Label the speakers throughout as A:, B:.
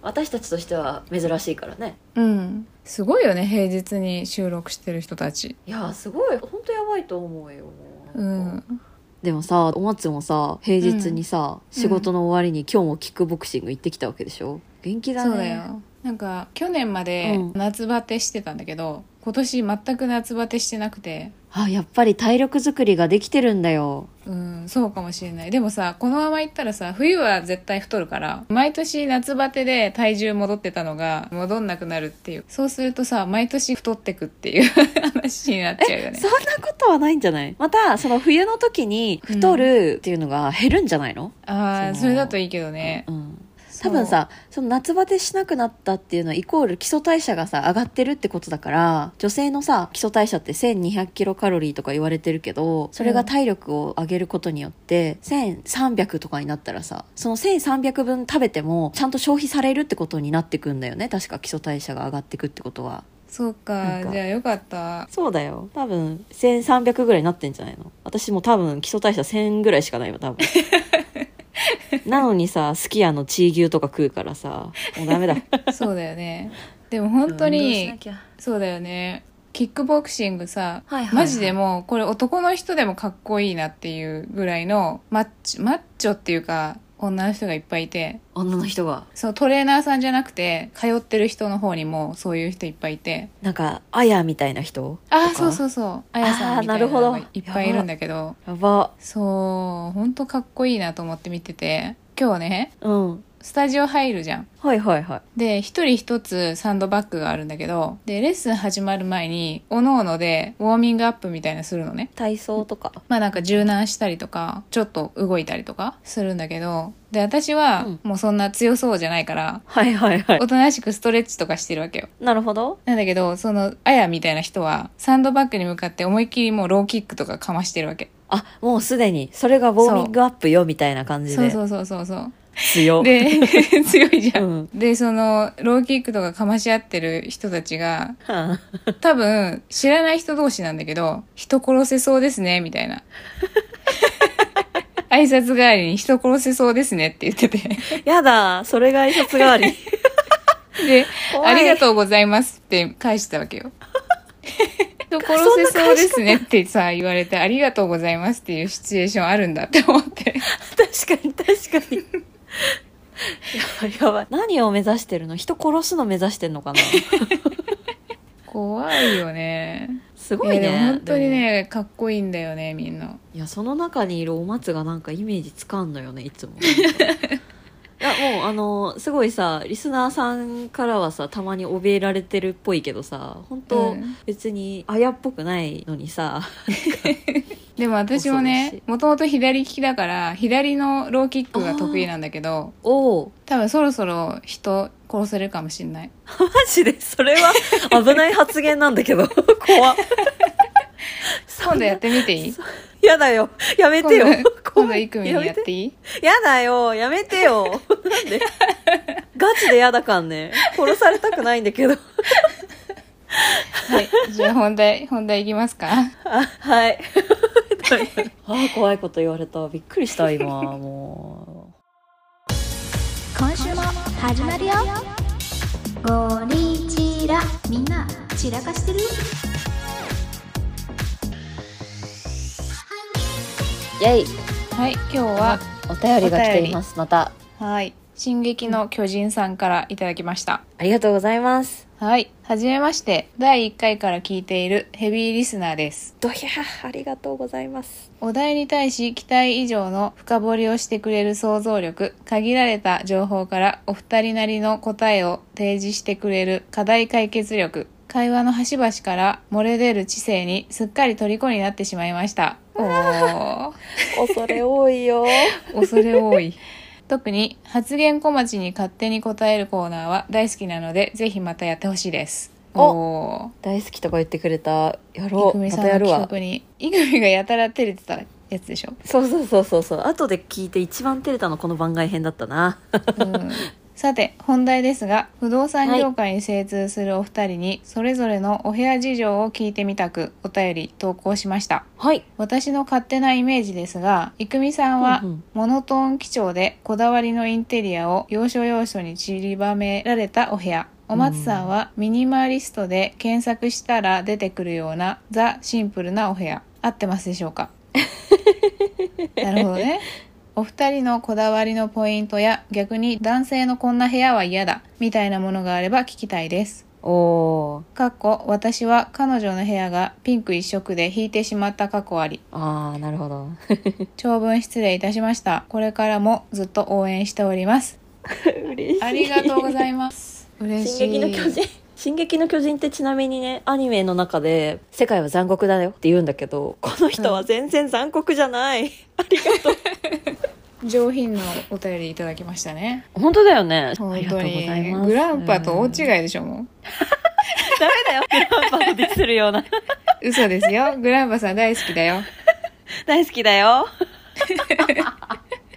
A: 私たちとしては珍しいからね
B: うんすごいよね平日に収録してる人たち
A: いやーすごい本当やばいと思うよ
B: うん
A: でもさお松もさ平日にさ、
B: うん
A: 仕事の終わりに今日もキックボクシング行ってきたわけでしょ元気だね
B: そうだよなんか去年まで
A: うん
B: 夏バテしてたんだけど、今年全く夏バテしてなくて
A: あやっぱり体力作りができてるんだよ
B: うんそうかもしれないでもさこのままいったらさ冬は絶対太るから毎年夏バテで体重戻ってたのが戻んなくなるっていうそうするとさ毎年太ってくっていう 話になっちゃうよね
A: そんなことはないんじゃないまたその冬の時に太るっていうのが減るんじゃないの、
B: ああ
A: その
B: それだといいけどね
A: うん多分さその夏バテしなくなったっていうのはイコール基礎代謝がさ上がってるってことだから女性のさ基礎代謝って1200キロカロリーとか言われてるけどそれが体力を上げることによって1300とかになったらさその1300分食べてもちゃんと消費されるってことになってくんだよね確か基礎代謝が上がってくってことは
B: そう
A: な
B: か
A: んか
B: じゃあよかった
A: そうだよ多分1300ぐらいになってんじゃないの私もう多分基礎代謝1000ぐらいしかないよ 多分なのにさすき家のチー牛とか食うからさもうダメだ
B: そうだよねでも本当にそうだよねキックボクシングさ、
A: はいはいはい
B: マジでもうこれ男の人でもかっこいいなっていうぐらいのマッチョマッチョっていうか女の人がいっぱいいて
A: 女の人が
B: そうトレーナーさんじゃなくて通ってる人の方にもそういう人いっぱいいて
A: なんかあやみたいな人
B: あ
A: とか
B: あそうそうそうあやさんみた
A: あーな
B: いな
A: る
B: の
A: ほ
B: が
A: ど
B: いっぱいいるんだけど
A: やば
B: そう本当かっこいいなと思って見てて今日ね
A: うん
B: スタジオ入るじゃん
A: はいはいはい
B: で一人一つサンドバッグがあるんだけどでレッスン始まる前におのおのでウォーミングアップみたいなのするのね
A: 体操とか
B: まあなんか柔軟したりとかちょっと動いたりとかするんだけどで私は
A: うん
B: もうそんな強そうじゃないから、
A: はいはいはい
B: おとなしくストレッチとかしてるわけよ
A: なるほど
B: なんだけどそのあやみたいな人はサンドバッグに向かって思いっきりもうローキックとかかましてるわけ
A: あもうすでにそれがウォーミングアップよみたいな感じ
B: そう
A: で
B: そうそうそうそう
A: 強
B: で 強いじゃ、
A: うんん
B: でそのローキックとかかまし合ってる人たちが
A: は
B: 多分知らない人同士なんだけど人殺せそうですねみたい な挨拶代わりに人殺せそうですねって言ってて
A: あ やだそれが挨拶代わり
B: で「
A: 怖い
B: ありがとうございます」って返したわけ よ人殺せそうですねってさ言われて「ありがとうございます」っていうシチュエーションあるんだって思って
A: 確かに確かに やばいやばい何を目指してるの人殺すの目指してんのかな
B: 怖いよね
A: すごい
B: いや
A: ね
B: でも本当
A: で
B: に
A: も
B: ねかっこいいんだよねみんない
A: やその中にいるお松がなんかイメージつかんのよねい つもいやもうあのすごいさリスナーさんからはさたまに怯えられてるっぽいけどさ本当、
B: うん
A: 別にあやっぽくないのにさ
B: でも私
A: 恐
B: も
A: ろ
B: ね
A: し
B: もともと左利きだから左のローキックが得意なんだけど
A: おお
B: 多分そろそろ人殺せるかもしんない
A: マジでそれは危ない発言なんだけど 怖っ
B: 今度やってみて いい
A: やだよやめてよ
B: 今度
A: 怖
B: 今度
A: い
B: イクミ
A: や
B: に
A: め
B: やってていい
A: やだよやめてよなんで ガチでやだかんね殺されたくないんだけど
B: はいじゃあ本題本題いきますか
A: あはい あー怖いこと言われたびっくりした今 も
C: 今週も始まるよゴリチラみんな散らかしてる
A: うイェイ
B: はい今日は
A: お便りが来ていますまた
B: はい「進撃の巨人」さんからいただきました
A: ありがとうございます
B: はいはじめまして第1回から聞いているヘビーリスナーです
A: ドヒャーありがとうございます
B: お題に対し期待以上の深掘りをしてくれる想像力限られた情報からお二人なりの答えを提示してくれる課題解決力会話の端々から漏れ出る知性にすっかり虜になってしまいましたおー
A: 恐れ多い よ
B: 恐れ多い特に発言小町に勝手に答えるコーナーは大好きなのでぜひまたやってほしいです
A: お
B: お
A: 大好きとか言ってくれたや
B: ーい
A: ろ
B: く
A: う
B: み
A: ま
B: さん
A: たや
B: の
A: る
B: 企
A: わ
B: 画にいくみがやたら照れてたやつでしょ
A: そうそうそうそうそう後で聞いて一番照れたのこの番外編だったな
B: うんさて本題ですが不動産業界に精通するお二人にそれぞれのお部屋事情を聞いてみたくお便り投稿しました
A: はい。
B: 私の勝手なイメージですが郁美さんは
A: うんうん
B: モノトーン基調でこだわりのインテリアを要所要所に散りばめられたお部屋お松さんはミニマリストで検索したら出てくるようなザ・シンプルなお部屋合ってますでしょ うかなるほどねお二人のこだわりのポイントや逆に男性のこんな部屋は嫌だみたいなものがあれば聞きたいです
A: おー。
B: かっこ私は彼女の部屋がピンク一色で引いてしまった過去あり
A: あー、なるほど。
B: 長文失礼いたしました。これからもずっと応援しております。
A: 嬉しい。
B: ありがとうござい ます。嬉し
A: 進
B: い。
A: 撃の巨人 進撃の巨人ってちなみにねアニメの中で「世界は残酷だよ」って言うんだけどこの人は全然残酷じゃない、ありがとう
B: 上品なお便りいただきましたね。
A: 本当だよね
B: 本当
A: ありがとう
B: に
A: ございま。す
B: グランパと大
A: う
B: 違い
A: ん
B: でしょ、も
A: ダメだよグランパをディスるような
B: う。嘘ですよ。 グランパさん大好きだよ。
A: 大好きだ よ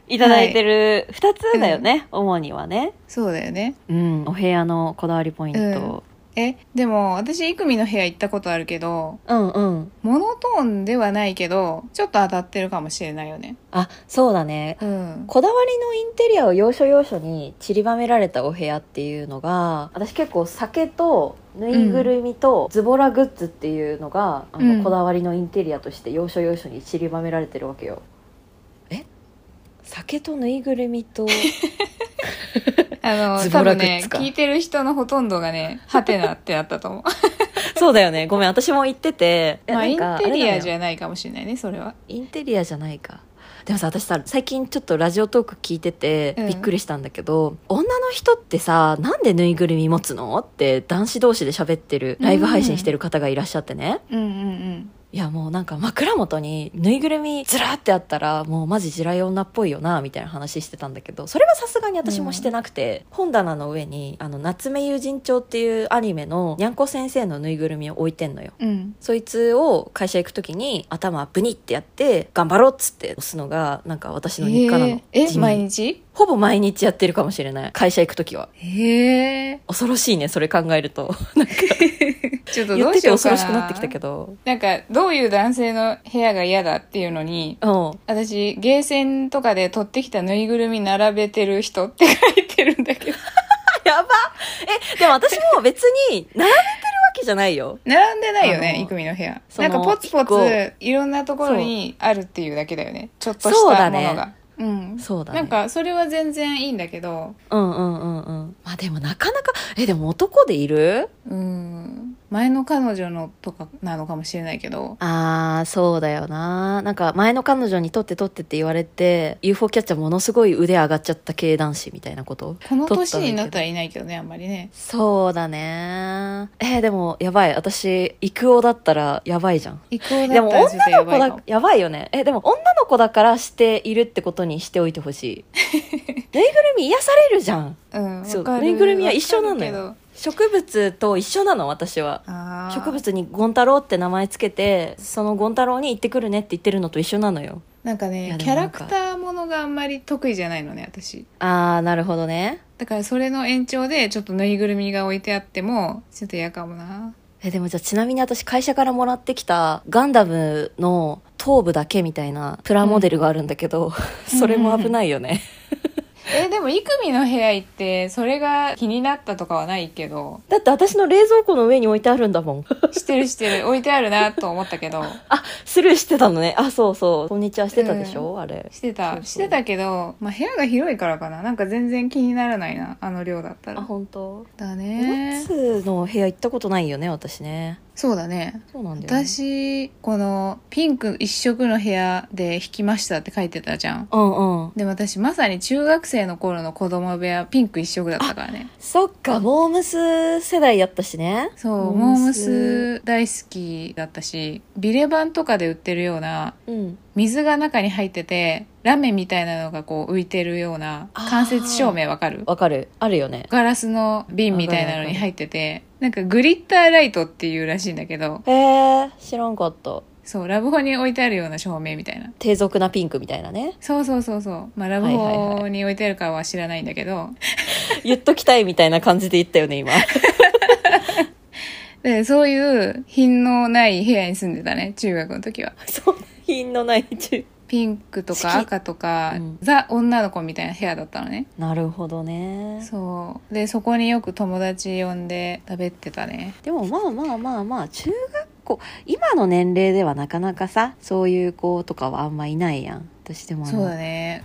A: いただいてる2つだよね、主にはね
B: そうだよね。
A: うんお部屋のこだわりポイント、
B: え、でも私、イクミの部屋行ったことあるけど、
A: うん、うん
B: モノトーンではないけど、ちょっと当たってるかもしれないよね。
A: あそうだね
B: うん。
A: こだわりのインテリアを要所要所に散りばめられたお部屋っていうのが私結構酒とぬいぐるみとズボラグッズっていうのが、あ
B: うん
A: のこだわりのインテリアとして要所要所に散りばめられてるわけよ。え酒とぬいぐるみと
B: あの、
A: ズ
B: 多
A: ボラ
B: 分
A: グッ
B: ね
A: ズ、か
B: 聞いてる人のほとんどがね、ハテナってなった と思う。
A: そうだよねごめん私も言ってて
B: まあ、インテリアじ
A: ゃ
B: ゃないかもしれないね、それは。
A: インテリアじゃないかでもさ私さ最近ちょっとラジオトーク聞いてて
B: うん
A: びっくりしたんだけど、女の人ってさなんでぬいぐるみ持つのって男子同士で喋ってるライブ配信してる方がいらっしゃってね、
B: うんうんうん。
A: いやもうなんか枕元にぬいぐるみずらってあったらもうマジ地雷女っぽいよなみたいな話してたんだけどそれはさすがに私もしてなくて、本棚の上にあの夏目友人帳っていうアニメのにゃんこ先生のぬいぐるみを置いてんのよ
B: うん。
A: そいつを会社行く時に頭ブニってやって頑張ろうっつって押すのがなんか私の日課なの、
B: えー
A: 地
B: え、
A: 味
B: 毎日
A: ほぼ毎日やってるかもしれない会社行く時は
B: へえ。
A: 恐ろしいねそれ考えると
B: ちょっ と
A: 言
B: ど
A: っ
B: う
A: て
B: してよう
A: 恐ろ
B: かな。
A: しくなってきたけど
B: なんか、どういう男性の部屋が嫌だっていうのに、
A: うん
B: 私、ゲーセンとかで取ってきたぬいぐるみ並べてる人って書いてるん だけど。
A: やばえ、でも私も別に並べてるわけじゃないよ。
B: 並んでない
A: あ
B: よね、
A: の
B: イクミの部屋。
A: そ
B: な
A: の
B: んかポツポ
A: 一個
B: ツ、いろんなところにあるっていうだけだよね。ちょっと
A: そう
B: した
A: だ
B: も
A: ね
B: のが。うん。
A: そうだね。
B: なんか、それは全然いいんだけど、
A: うんうんうんうん。まあでもなかなか、え、でも男でいる
B: うん。前の彼女のとかなのかもしれないけど、
A: ああ、そうだよな。なんか前の彼女に撮って撮ってって言われて、UFO キャッチャーものすごい腕上がっちゃった系男子みたいなこと
B: この年になったらいないけどね、あんまりね。
A: そうだね。えーでもやばい。私、育男だったらやばいじゃん。
B: 移行
A: で
B: だ
A: も
B: ったらちょっと
A: 女
B: や
A: の
B: ば
A: 子
B: いかも
A: だ、やばいよね。え、でも女の子だからしているってことにしておいてほし い。ぬいぐるみ癒されるじゃん。
B: うん、
A: そう
B: わかる
A: ぬいぐるみは一緒なのよ
B: わかる
A: 植物と一緒なの私は
B: けどあー
A: 植物にゴン太郎って名前つけてそのゴン太郎に行ってくるねって言ってるのと一緒なのよ
B: なんか
A: い
B: ね
A: やで
B: キャ
A: もな
B: ラ
A: ん
B: ク
A: か
B: ターものがあんまり得意じゃないのね私
A: ああなるほどね
B: だからそれの延長でちょっとぬいぐるみが置いてあってもちょっと嫌かもな
A: えでもじゃあちなみに私会社からもらってきたガンダムの頭部だけみたいなプラモデルがあるんだけど、それも危ないよね
B: えでもイクミの部屋行ってそれが気になったとかはないけど
A: だって私の冷蔵庫の上に置いてあるんだもん
B: してるしてる置いてあるなと思ったけど
A: あスルーしてたのねあそうそうこんにちはしてたでしょ、あれ
B: して
A: そう
B: た
A: そう
B: してたけど、まあ、部屋が広いからかななんか全然気にならないなあの量だった
A: あ
B: ら
A: 本当
B: だ
A: モ
B: ね
A: ッツーの部屋行ったことないよね私ね
B: そうだね
A: そうなんだよ、ね、
B: 私このピンク一色の部屋で弾きましたって書いてたじゃん
A: うんうん
B: で私まさに中学生の頃の子供部屋ピンク一色だったからね
A: そっか、モームス世代やったしね。
B: そうモーム。ス大好きだったしビレバンとかで売ってるような
A: うん。
B: 水が中に入っててラメみたいなのがこう浮いてるような
A: あー
B: 間接照明わかる
A: わかる。あるよね。
B: ガラスの瓶みたいなのに入っててなんかグリッターライトっていうらしいんだけど
A: へえ、知らんかった。
B: そうラブホに置いてあるような照明みたいな
A: 低俗なピンクみたいなね
B: そうそうそうそうまあラブ
A: はいはい
B: ホに置いてあるかは知らないんだけど、
A: 言っときたいみたいな感じで言ったよね今
B: でそういう品のない部屋に住んでたね中学の時は
A: そんな品のない中
B: ピンクと
A: 好
B: か
A: き
B: 赤とか、
A: うん
B: ザ女の子みたいな部屋だったのね
A: なるほどね
B: そうでそこによく友達呼んで食べてたね
A: でもまあまあまあまあ中学校今の年齢ではなかなかさそういう子とかはあんまいないやん私でもあの
B: そうだね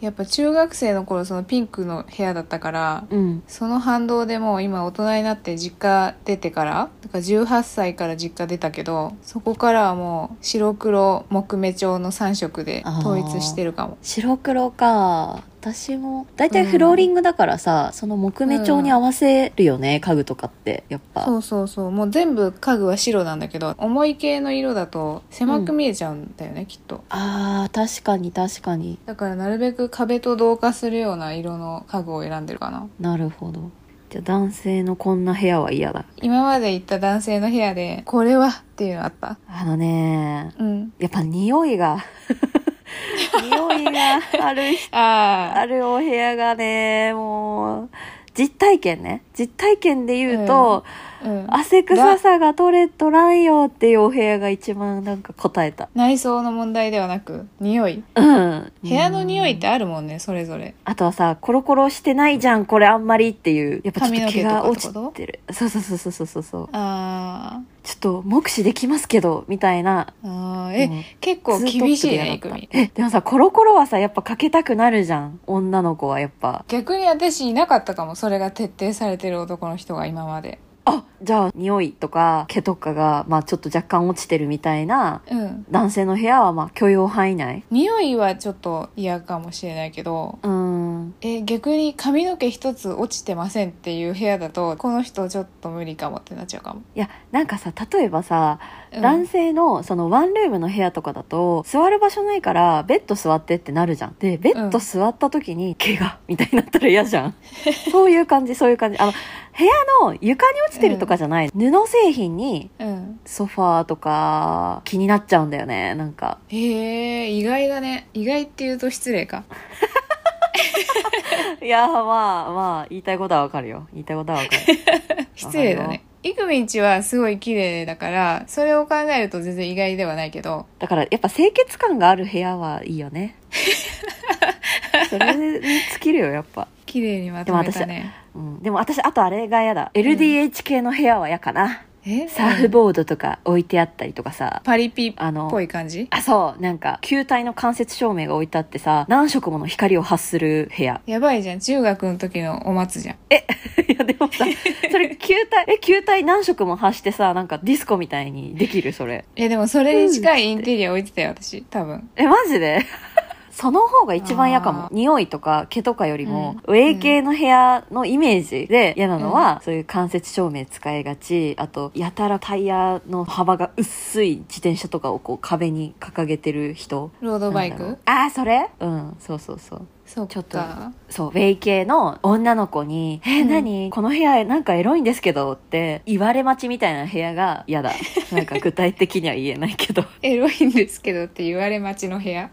B: やっぱ中学生の頃そのピンクの部屋だったから
A: うん
B: その反動でもう今大人になって実家出てからだから18歳から実家出たけどそこからはもう白黒木目調の3色で統一してるかも
A: 白黒か私も大体フローリングだからさ、その木目調に合わせるよね、家具とかってやっぱ
B: そうそうそうもう全部家具は白なんだけど重い系の色だと狭く見えちゃうんだよね、きっと
A: あー確かに確かに
B: だからなるべく壁と同化するような色の家具を選んでるかな
A: なるほどじゃあ男性のこんな部屋は嫌だ
B: 今まで行った男性の部屋でこれはっていうのあった
A: あのね
B: うん
A: やっぱ匂いが 匂いがある
B: あ
A: あるお部屋がねもう実体験ね実体験で言うと、
B: あうん
A: 汗臭さが取れとらんよっていうお部屋が一番なんか答えた
B: 内装の問題ではなく匂い
A: うん
B: 部屋の匂いっ
A: うん
B: てあるもんねそれぞれ
A: あとはさコロコロしてないじゃんこれあんまりっていうやっぱちょっと毛が
B: 髪の
A: 落
B: 毛
A: ち
B: とかってこと
A: てるそうそうそうそうそうそう
B: あー
A: ちょっと目視できますけどみたいな
B: あーえ、
A: もう
B: 結構厳しいねイ
A: ツートップ
B: ク
A: で
B: ミ
A: やだったえでもさコロコロはさやっぱかけたくなるじゃん女の子はやっぱ
B: 逆に私いなかったかもそれが徹底されてる男の人が今まで
A: あじゃあ匂いとか毛とかがまあちょっと若干落ちてるみたいな
B: うん
A: 男性の部屋はまあ許容範囲内
B: 匂いはちょっと嫌かもしれないけど
A: うーん
B: え逆に髪の毛一つ落ちてませんっていう部屋だとこの人ちょっと無理かもってなっちゃうかも、
A: いやなんかさ例えばさ、
B: うん
A: 男性のそのワンルームの部屋とかだと座る場所ないからベッド座ってってなるじゃんでベッド座った時に毛がみたいになったら嫌じゃんそういう感じそういう感じあの部屋の床に落ちてるとかじゃない、布製品に
B: うん
A: ソファーとか気になっちゃうんだよねなんか
B: へえ意外だね意外っていうと失礼か
A: いやまあまあ言いたいことはわかるよ言いたいことはわかる
B: 失礼だねイクミンチはすごい綺麗だからそれを考えると全然意外ではないけど
A: だからやっぱ清潔感がある部屋はいいよ ねそれに尽きるよやっぱ、
B: 綺麗にまとめたね
A: うん、でも私あとあれが嫌だ LDH 系の部屋は嫌かな、
B: え
A: サーフボードとか置いてあったりとかさ
B: パリピっ
A: あの
B: ぽい感じ
A: あそうなんか球体の間接照明が置いてあってさ何色もの光を発する部屋
B: やばいじゃん中学の時のお松じゃん
A: いやでもさ それ球体え球体何色も発してさなんかディスコみたいにできるそれ
B: えでもそれに近いインテリア置いてたよ私多分
A: えマジで その方が一番嫌かも
B: あー
A: 匂いとか毛とかよりも、
B: うん
A: ウェイ系の部屋のイメージで嫌なのは、そういう間接照明使いがちあとやたらタイヤの幅が薄い自転車とかをこう壁に掲げてる人
B: ロードバイ
A: なんだろ
B: ク
A: うああそれうんそうそうそう
B: そう
A: ちょっと
B: か
A: そうウェイ系の女の子に「え
B: うん
A: 何、この部屋なんかエロいんですけど」って言われ待ちみたいな部屋が嫌 だなんか具体的には言えないけど
B: エロいんですけどって言われ待ちの部屋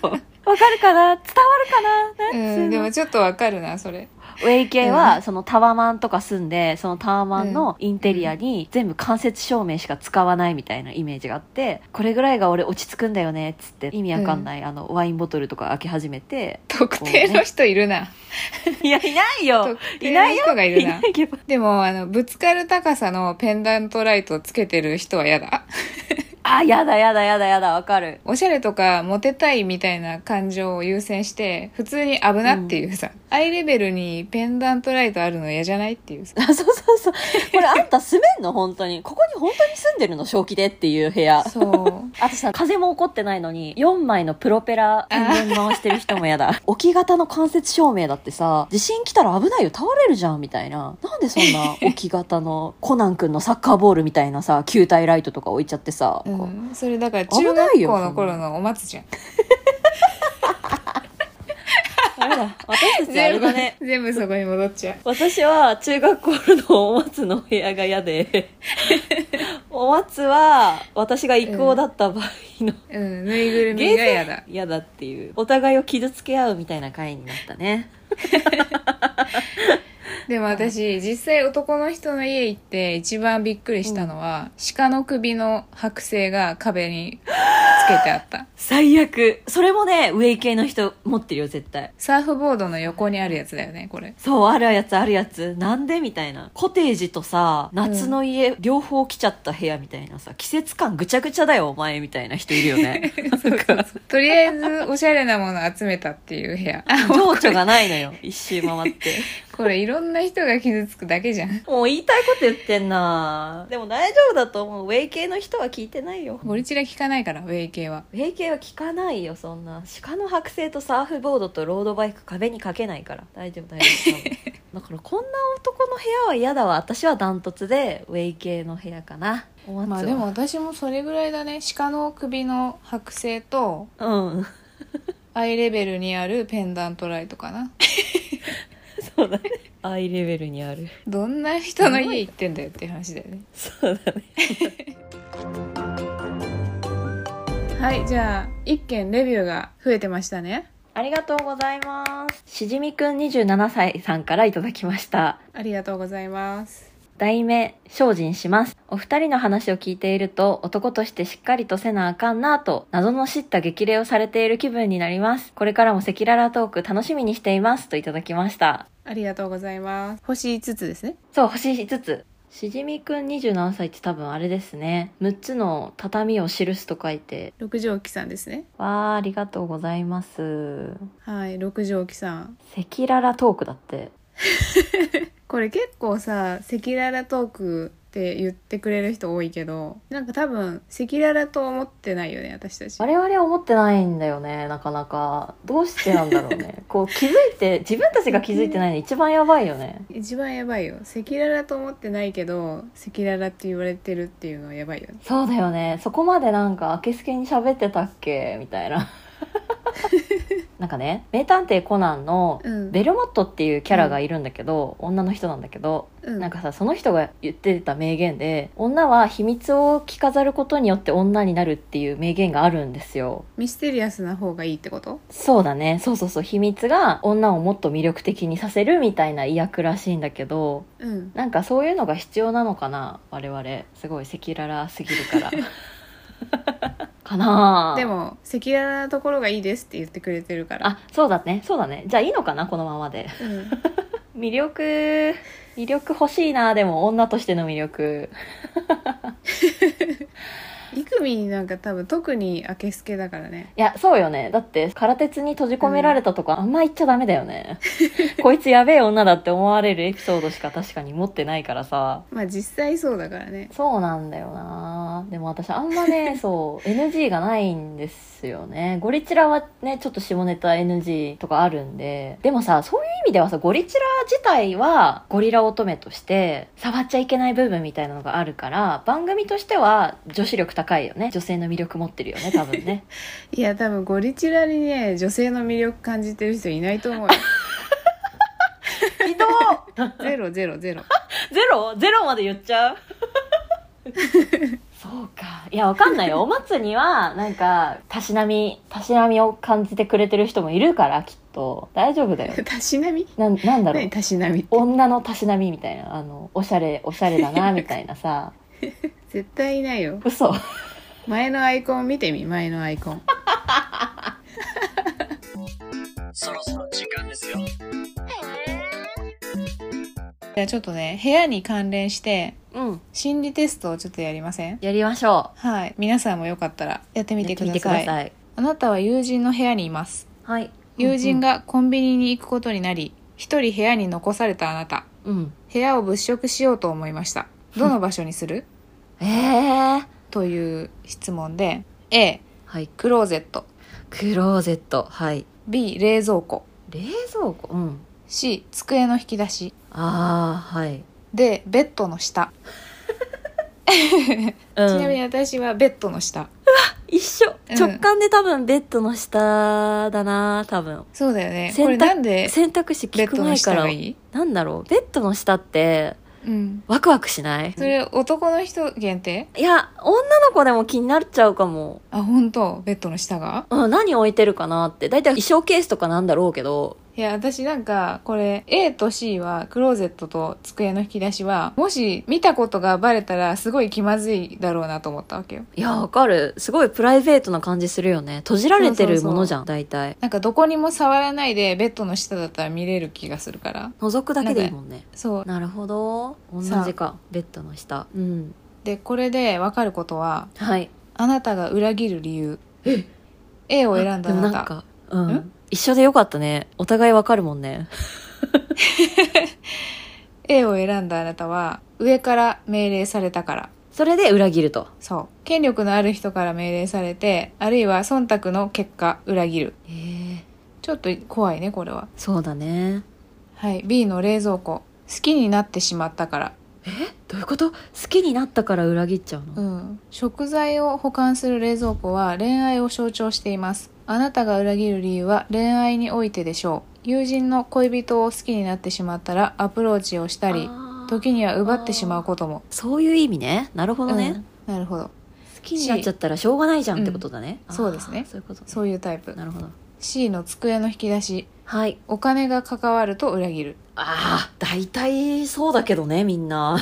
A: そうわかるかな伝わるかな
B: う
A: つうの
B: んでもちょっとわかるなそれ
A: ウェイ系
B: う
A: は、
B: ん、
A: そのタワマンとか住んで、そのタワマンのインテリアに全部間接照明しか使わないみたいなイメージがあって、これぐらいが俺落ち着くんだよね、っつって、意味わかんない、あの、ワインボトルとか開け始めて
B: 特定の人いるな、
A: いや、いないよ
B: 特定の人がいる
A: い
B: な
A: ないけど。
B: でもあのぶつかる高さのペンダントライトつけてる人は嫌だ
A: あ、やだやだやだやだ、わかる。
B: おしゃれとかモテたいみたいな感情を優先して普通に危なっていうさ、アイレベルにペンダントライトあるの嫌じゃないっていうさ
A: あ、 そうそうそう。これあんた住めんの本当に。ここに本当に住んでるの正気でっていう部屋。
B: そう
A: あとさ、風も起こってないのに、4枚のプロペラ、天井回してる人も嫌 だ。置き型の間接照明だってさ、地震来たら危ないよ、倒れるじゃん、みたいな。なんでそん な置き型のコナン君のサッカーボールみたいなさ、球体ライトとか置いちゃって さ、
B: う、
A: こうん
B: それだから
A: 危
B: 中
A: ない
B: 学
A: よ
B: 校の頃のお 松じゃん
A: ダメだ。私たちあれだ ね。
B: 全部そこに戻っちゃう
A: 私は中学校のお松のお部屋が嫌で、お お松は私が育王だった場合の、
B: うん、ぬいぐるみが嫌だ。
A: 嫌だっていうお互いを傷つけ合うみたいな回になったね
B: でも私、実際男の人の家行って一番びっくりしたのは、鹿の首の剥製が壁につけてあ った。
A: 最悪それもねウェイ系の人持ってるよ絶対
B: サーフボードの横にあるやつだよね、これ。
A: そうあるやつあるやつなんでみたいなコテージとさ夏の家、両方来ちゃった部屋みたいなさ季節感ぐちゃぐちゃだよお前みたいな人いるよ ね
B: とりあえず、おしゃれなもの集めたっていう部屋。あ、もう
A: 情緒がないのよ一周回って
B: これいろんな人が傷つくだけじゃん。
A: もう言いたいこと言ってんなでも大丈夫だと思うウェイ系の人は聞いてないよ
B: ボリチラ効かないから、ウェイ系は。
A: ウェイ系は聞かないよそんな鹿の剥製とサーフボードとロードバイク壁にかけないから大丈夫大丈夫多分 だからこんな男の部屋は嫌だわ私はダントツでウェイ系の部屋かなお松は
B: まあでも私もそれぐらいだね。鹿の首の剥製と、
A: うん
B: アイレベルにあるペンダントライトかな。
A: そうだねアイレベルにある
B: どんな人の家行ってんだよっていう話だよね。
A: そうだね
B: はい、じゃあ、一件レビューが増えてましたね。
A: ありがとうございますしじみくん27歳さんからいただきました
B: ありがとうございます。
A: 題名精進しますお二人の話を聞いていると男としてしっかりとせなあかんなぁと謎の知った激励をされている気分になりますこれからも赤裸々トーク楽しみにしていますといただきました
B: ありがとうございます。星5つですね。
A: そう星5つしじみくん27歳って多分あれですね6つの畳を記すと書いて
B: 六条記さんですね。
A: わあありがとうございます
B: はい、六条記さん。
A: 赤裸々トークだって
B: これ結構さ、赤裸々トークって言ってくれる人多いけど、なんか多分、赤裸々と思ってないよね、私たち。
A: 我々は思ってないんだよねなかなかどうしてなんだろうねこう気づいて自分たちが気づいてないの一番やばいよね
B: 一番やばいよ。赤裸々と思ってないけど、赤裸々って言われてるっていうのはやばいよね。
A: そうだよねそこまでなんかあけすけに喋ってたっけみたい ななんかね「名探偵コナン」の
B: うん。
A: ベルモットっていうキャラがいるんだけど、女の人なんだけど
B: うん、
A: なんかさその人が言ってた名言で「女は秘密を着飾ることによって女になる」っていう名言があるんですよ
B: ミステリアスな方がいいってこと
A: そうだねそうそうそう秘密が女をもっと魅力的にさせるみたいな意訳らしいんだけど
B: うん。
A: なんかそういうのが必要なのかな我々すごい赤裸々すぎるから かなあ
B: でも、赤裸々なところがいいですって言ってくれてるから。
A: あそうだねそうだねじゃあいいのかなこのままで
B: うん。
A: 魅力魅力欲しいなでも女としての魅力
B: イクミなんか多分特に明けすけだからね。
A: いやそうよねだって空鉄に閉じ込められたとか、あんま言っちゃダメだよねこいつやべえ女だって思われるエピソードしか確かに持ってないからさ
B: まあ実際そうだからね。
A: そうなんだよなでも私あんまねそう NG がないんですよねゴリチラはねちょっと下ネタ NG とかあるんででもさそういう意味ではさゴリチラ自体はゴリラ乙女として触っちゃいけない部分みたいなのがあるから番組としては女子力高いよね女性の魅力持ってるよね多分ね
B: いや多分ゴリチラにね、女性の魅力感じてる人いないと思うよ。
A: ひど
B: ゼロゼロゼ ロ。
A: ゼロゼロまで言っち ゃうそうかいやわかんないよお松にはなんかたしなみたしなみを感じてくれてる人もいるからきっと大丈夫だよ
B: たしなみ
A: なんなんだろう
B: 何たしなみって。
A: 女のたしなみみたいなあのおしゃれおしゃれだな みたいなさ
B: 絶対いないよ。
A: 嘘
B: 前のアイコン見てみ、前のアイコン。
D: そろそろ時間ですよ。
B: じゃあちょっとね、部屋に関連して、
A: うん
B: 心理テストをちょっとやりません
A: やりましょ
B: はい。皆さんもよかったらやって
A: う
B: みてくだ
A: やってみてく
B: さ
A: だ
B: い。
A: さい
B: あなたは友人の部屋にいます。
A: はい
B: 友人がコンビニに行くことになり、一人部屋に残されたあなた。
A: うん、
B: 部屋を物色しようと思いましたどの場所に する
A: うん、えー、
B: という質問で A
A: はい
B: クローゼット
A: クローゼットはい
B: B 冷蔵庫
A: 冷蔵庫うん
B: C 机の引き出し
A: ああはい
B: D ベッドの下、
A: うん
B: ちなみに私はベッドの下
A: 一緒
B: うん
A: 直感で多分ベッドの下だな多分
B: そうだよねこ
A: 洗濯
B: れなんで
A: 選択肢
B: ベ
A: 聞
B: ッ
A: く
B: ドの
A: 前か
B: 下
A: ら
B: がいい
A: なんだろうベッドの下って
B: うん。
A: ワクワクしない
B: それ、男の人限定
A: いや、女の子でも気になっちゃうかも。
B: あ、本当ベッドの下が
A: うん、何置いてるかなって。だいたい衣装ケースとかなんだろうけど。
B: いや、私なんか、これ、A と C は、クローゼットと机の引き出しは、もし見たことがバレたら、すごい気まずいだろうなと思ったわけよ。
A: いや、わかる。すごいプライベートな感じするよね。閉じられてるものじゃん、大体。
B: なんか、どこにも触らないで、ベッドの下だったら見れる気がするから。
A: 覗くだけでいいもんね。
B: そう。
A: なるほど。同
B: さあ
A: じか。ベッドの下。うん。
B: で、これでわかることは、
A: はい。
B: あなたが裏切る理由。A を選ん
A: で
B: だあ
A: も
B: な
A: なん
B: た。
A: か、うんん。一緒でよかったね。お互いわかるもんね。
B: A を選んだあなたは、上から命令されたから。
A: それで裏切ると。
B: そう。権力のある人から命令されて、あるいは忖度の結果、裏切る。
A: ええ。
B: ちょっと怖いね、これは。
A: そうだね。
B: はい。B の冷蔵庫。好きになってしまったから。
A: どういうこと好きになったから裏切っちゃうの、
B: うん。食材を保管する冷蔵庫は恋愛を象徴しています。あなたが裏切る理由は恋愛においてでしょう。友人の恋人を好きになってしまったらアプローチをしたり、
A: あー
B: 時には奪ってしまうことも。
A: そういう意味ね。なるほどね。
B: うんなるほど。
A: 好きになっちゃったらしょうがないじゃんってことだね、
B: うん
A: あー
B: そうですね
A: そういうことね
B: そういうタイプ。
A: なるほど
B: C の机の引き出し。
A: はい
B: お金が関わると裏切る。
A: ああ大体そうだけどねみんな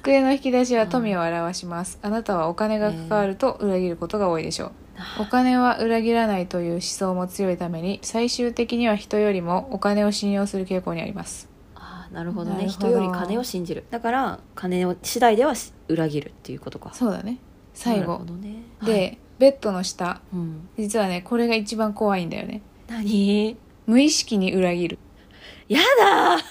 B: 机の引き出しは富を表します。あなたはお金が関わると裏切ることが多いでしょう。お金は裏切らないという思想も強いために、最終的には人よりもお金を信用する傾向にあります。
A: あーなるほど
B: な
A: ね
B: るほど
A: 人より金を信じるだから金を次第ではし裏切るっていうことか
B: そうだね。最
A: なる
B: 後
A: ほ。どね
B: で、
A: はい
B: ベッドの下。
A: うん、
B: 実はね、これが一番怖いんだよね。
A: 何
B: 無意識に裏切る。
A: やだー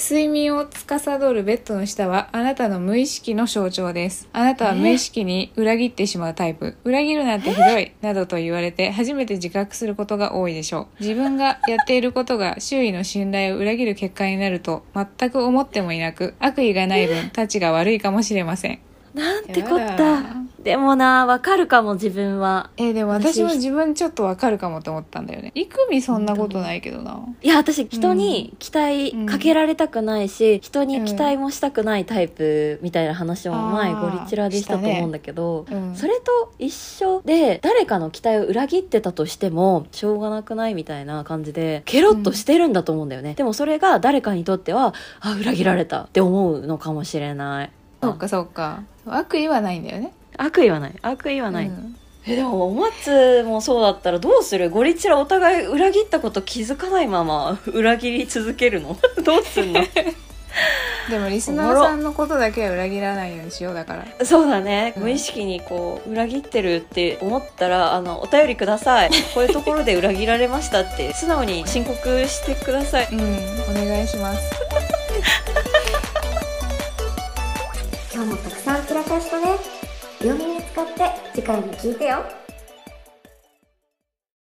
B: 睡眠を司るベッドの下はあなたの無意識の象徴です。あなたは無意識に裏切ってしまうタイプ。裏切るなんてひどいなどと言われて初めて自覚することが多いでしょう。自分がやっていることが周囲の信頼を裏切る結果になると全く思ってもいなく悪意がない分立ちが悪いかもしれません。
A: なんてこっ
B: や
A: た
B: だ
A: でもなわかるかも自分は
B: えーでも私
A: 私
B: も自分ちょっとわかるかもって思ったんだよね。いくみそんなことないけどな。
A: いや私人に期待
B: うん
A: かけられたくないし、人に期待もしたくないタイプみたいな話も前
B: あー
A: ゴリチラでしたと思うんだけど、
B: うん。
A: それと一緒で誰かの期待を裏切ってたとしてもしょうがなくないみたいな感じでケロッとしてるんだと思うんだよね、でもそれが誰かにとってはあ裏切られたって思うのかもしれない
B: そうかそうか。悪意はないんだよね。
A: 悪意はない悪意はない、
B: うん
A: えでもお松もそうだったらどうするゴリチラお互い裏切ったこと気づかないまま裏切り続けるの どうすんの
B: でもリスナーさんのことだけは裏切らないようにしようだから
A: そうだね、
B: うん
A: 無意識にこう裏切ってるって思ったらあのお便りくださいこういうところで裏切られましたって素直に申告してください
B: うんお願いします
C: 今日もたくさん散らかしたね両耳使って次回も聞いてよ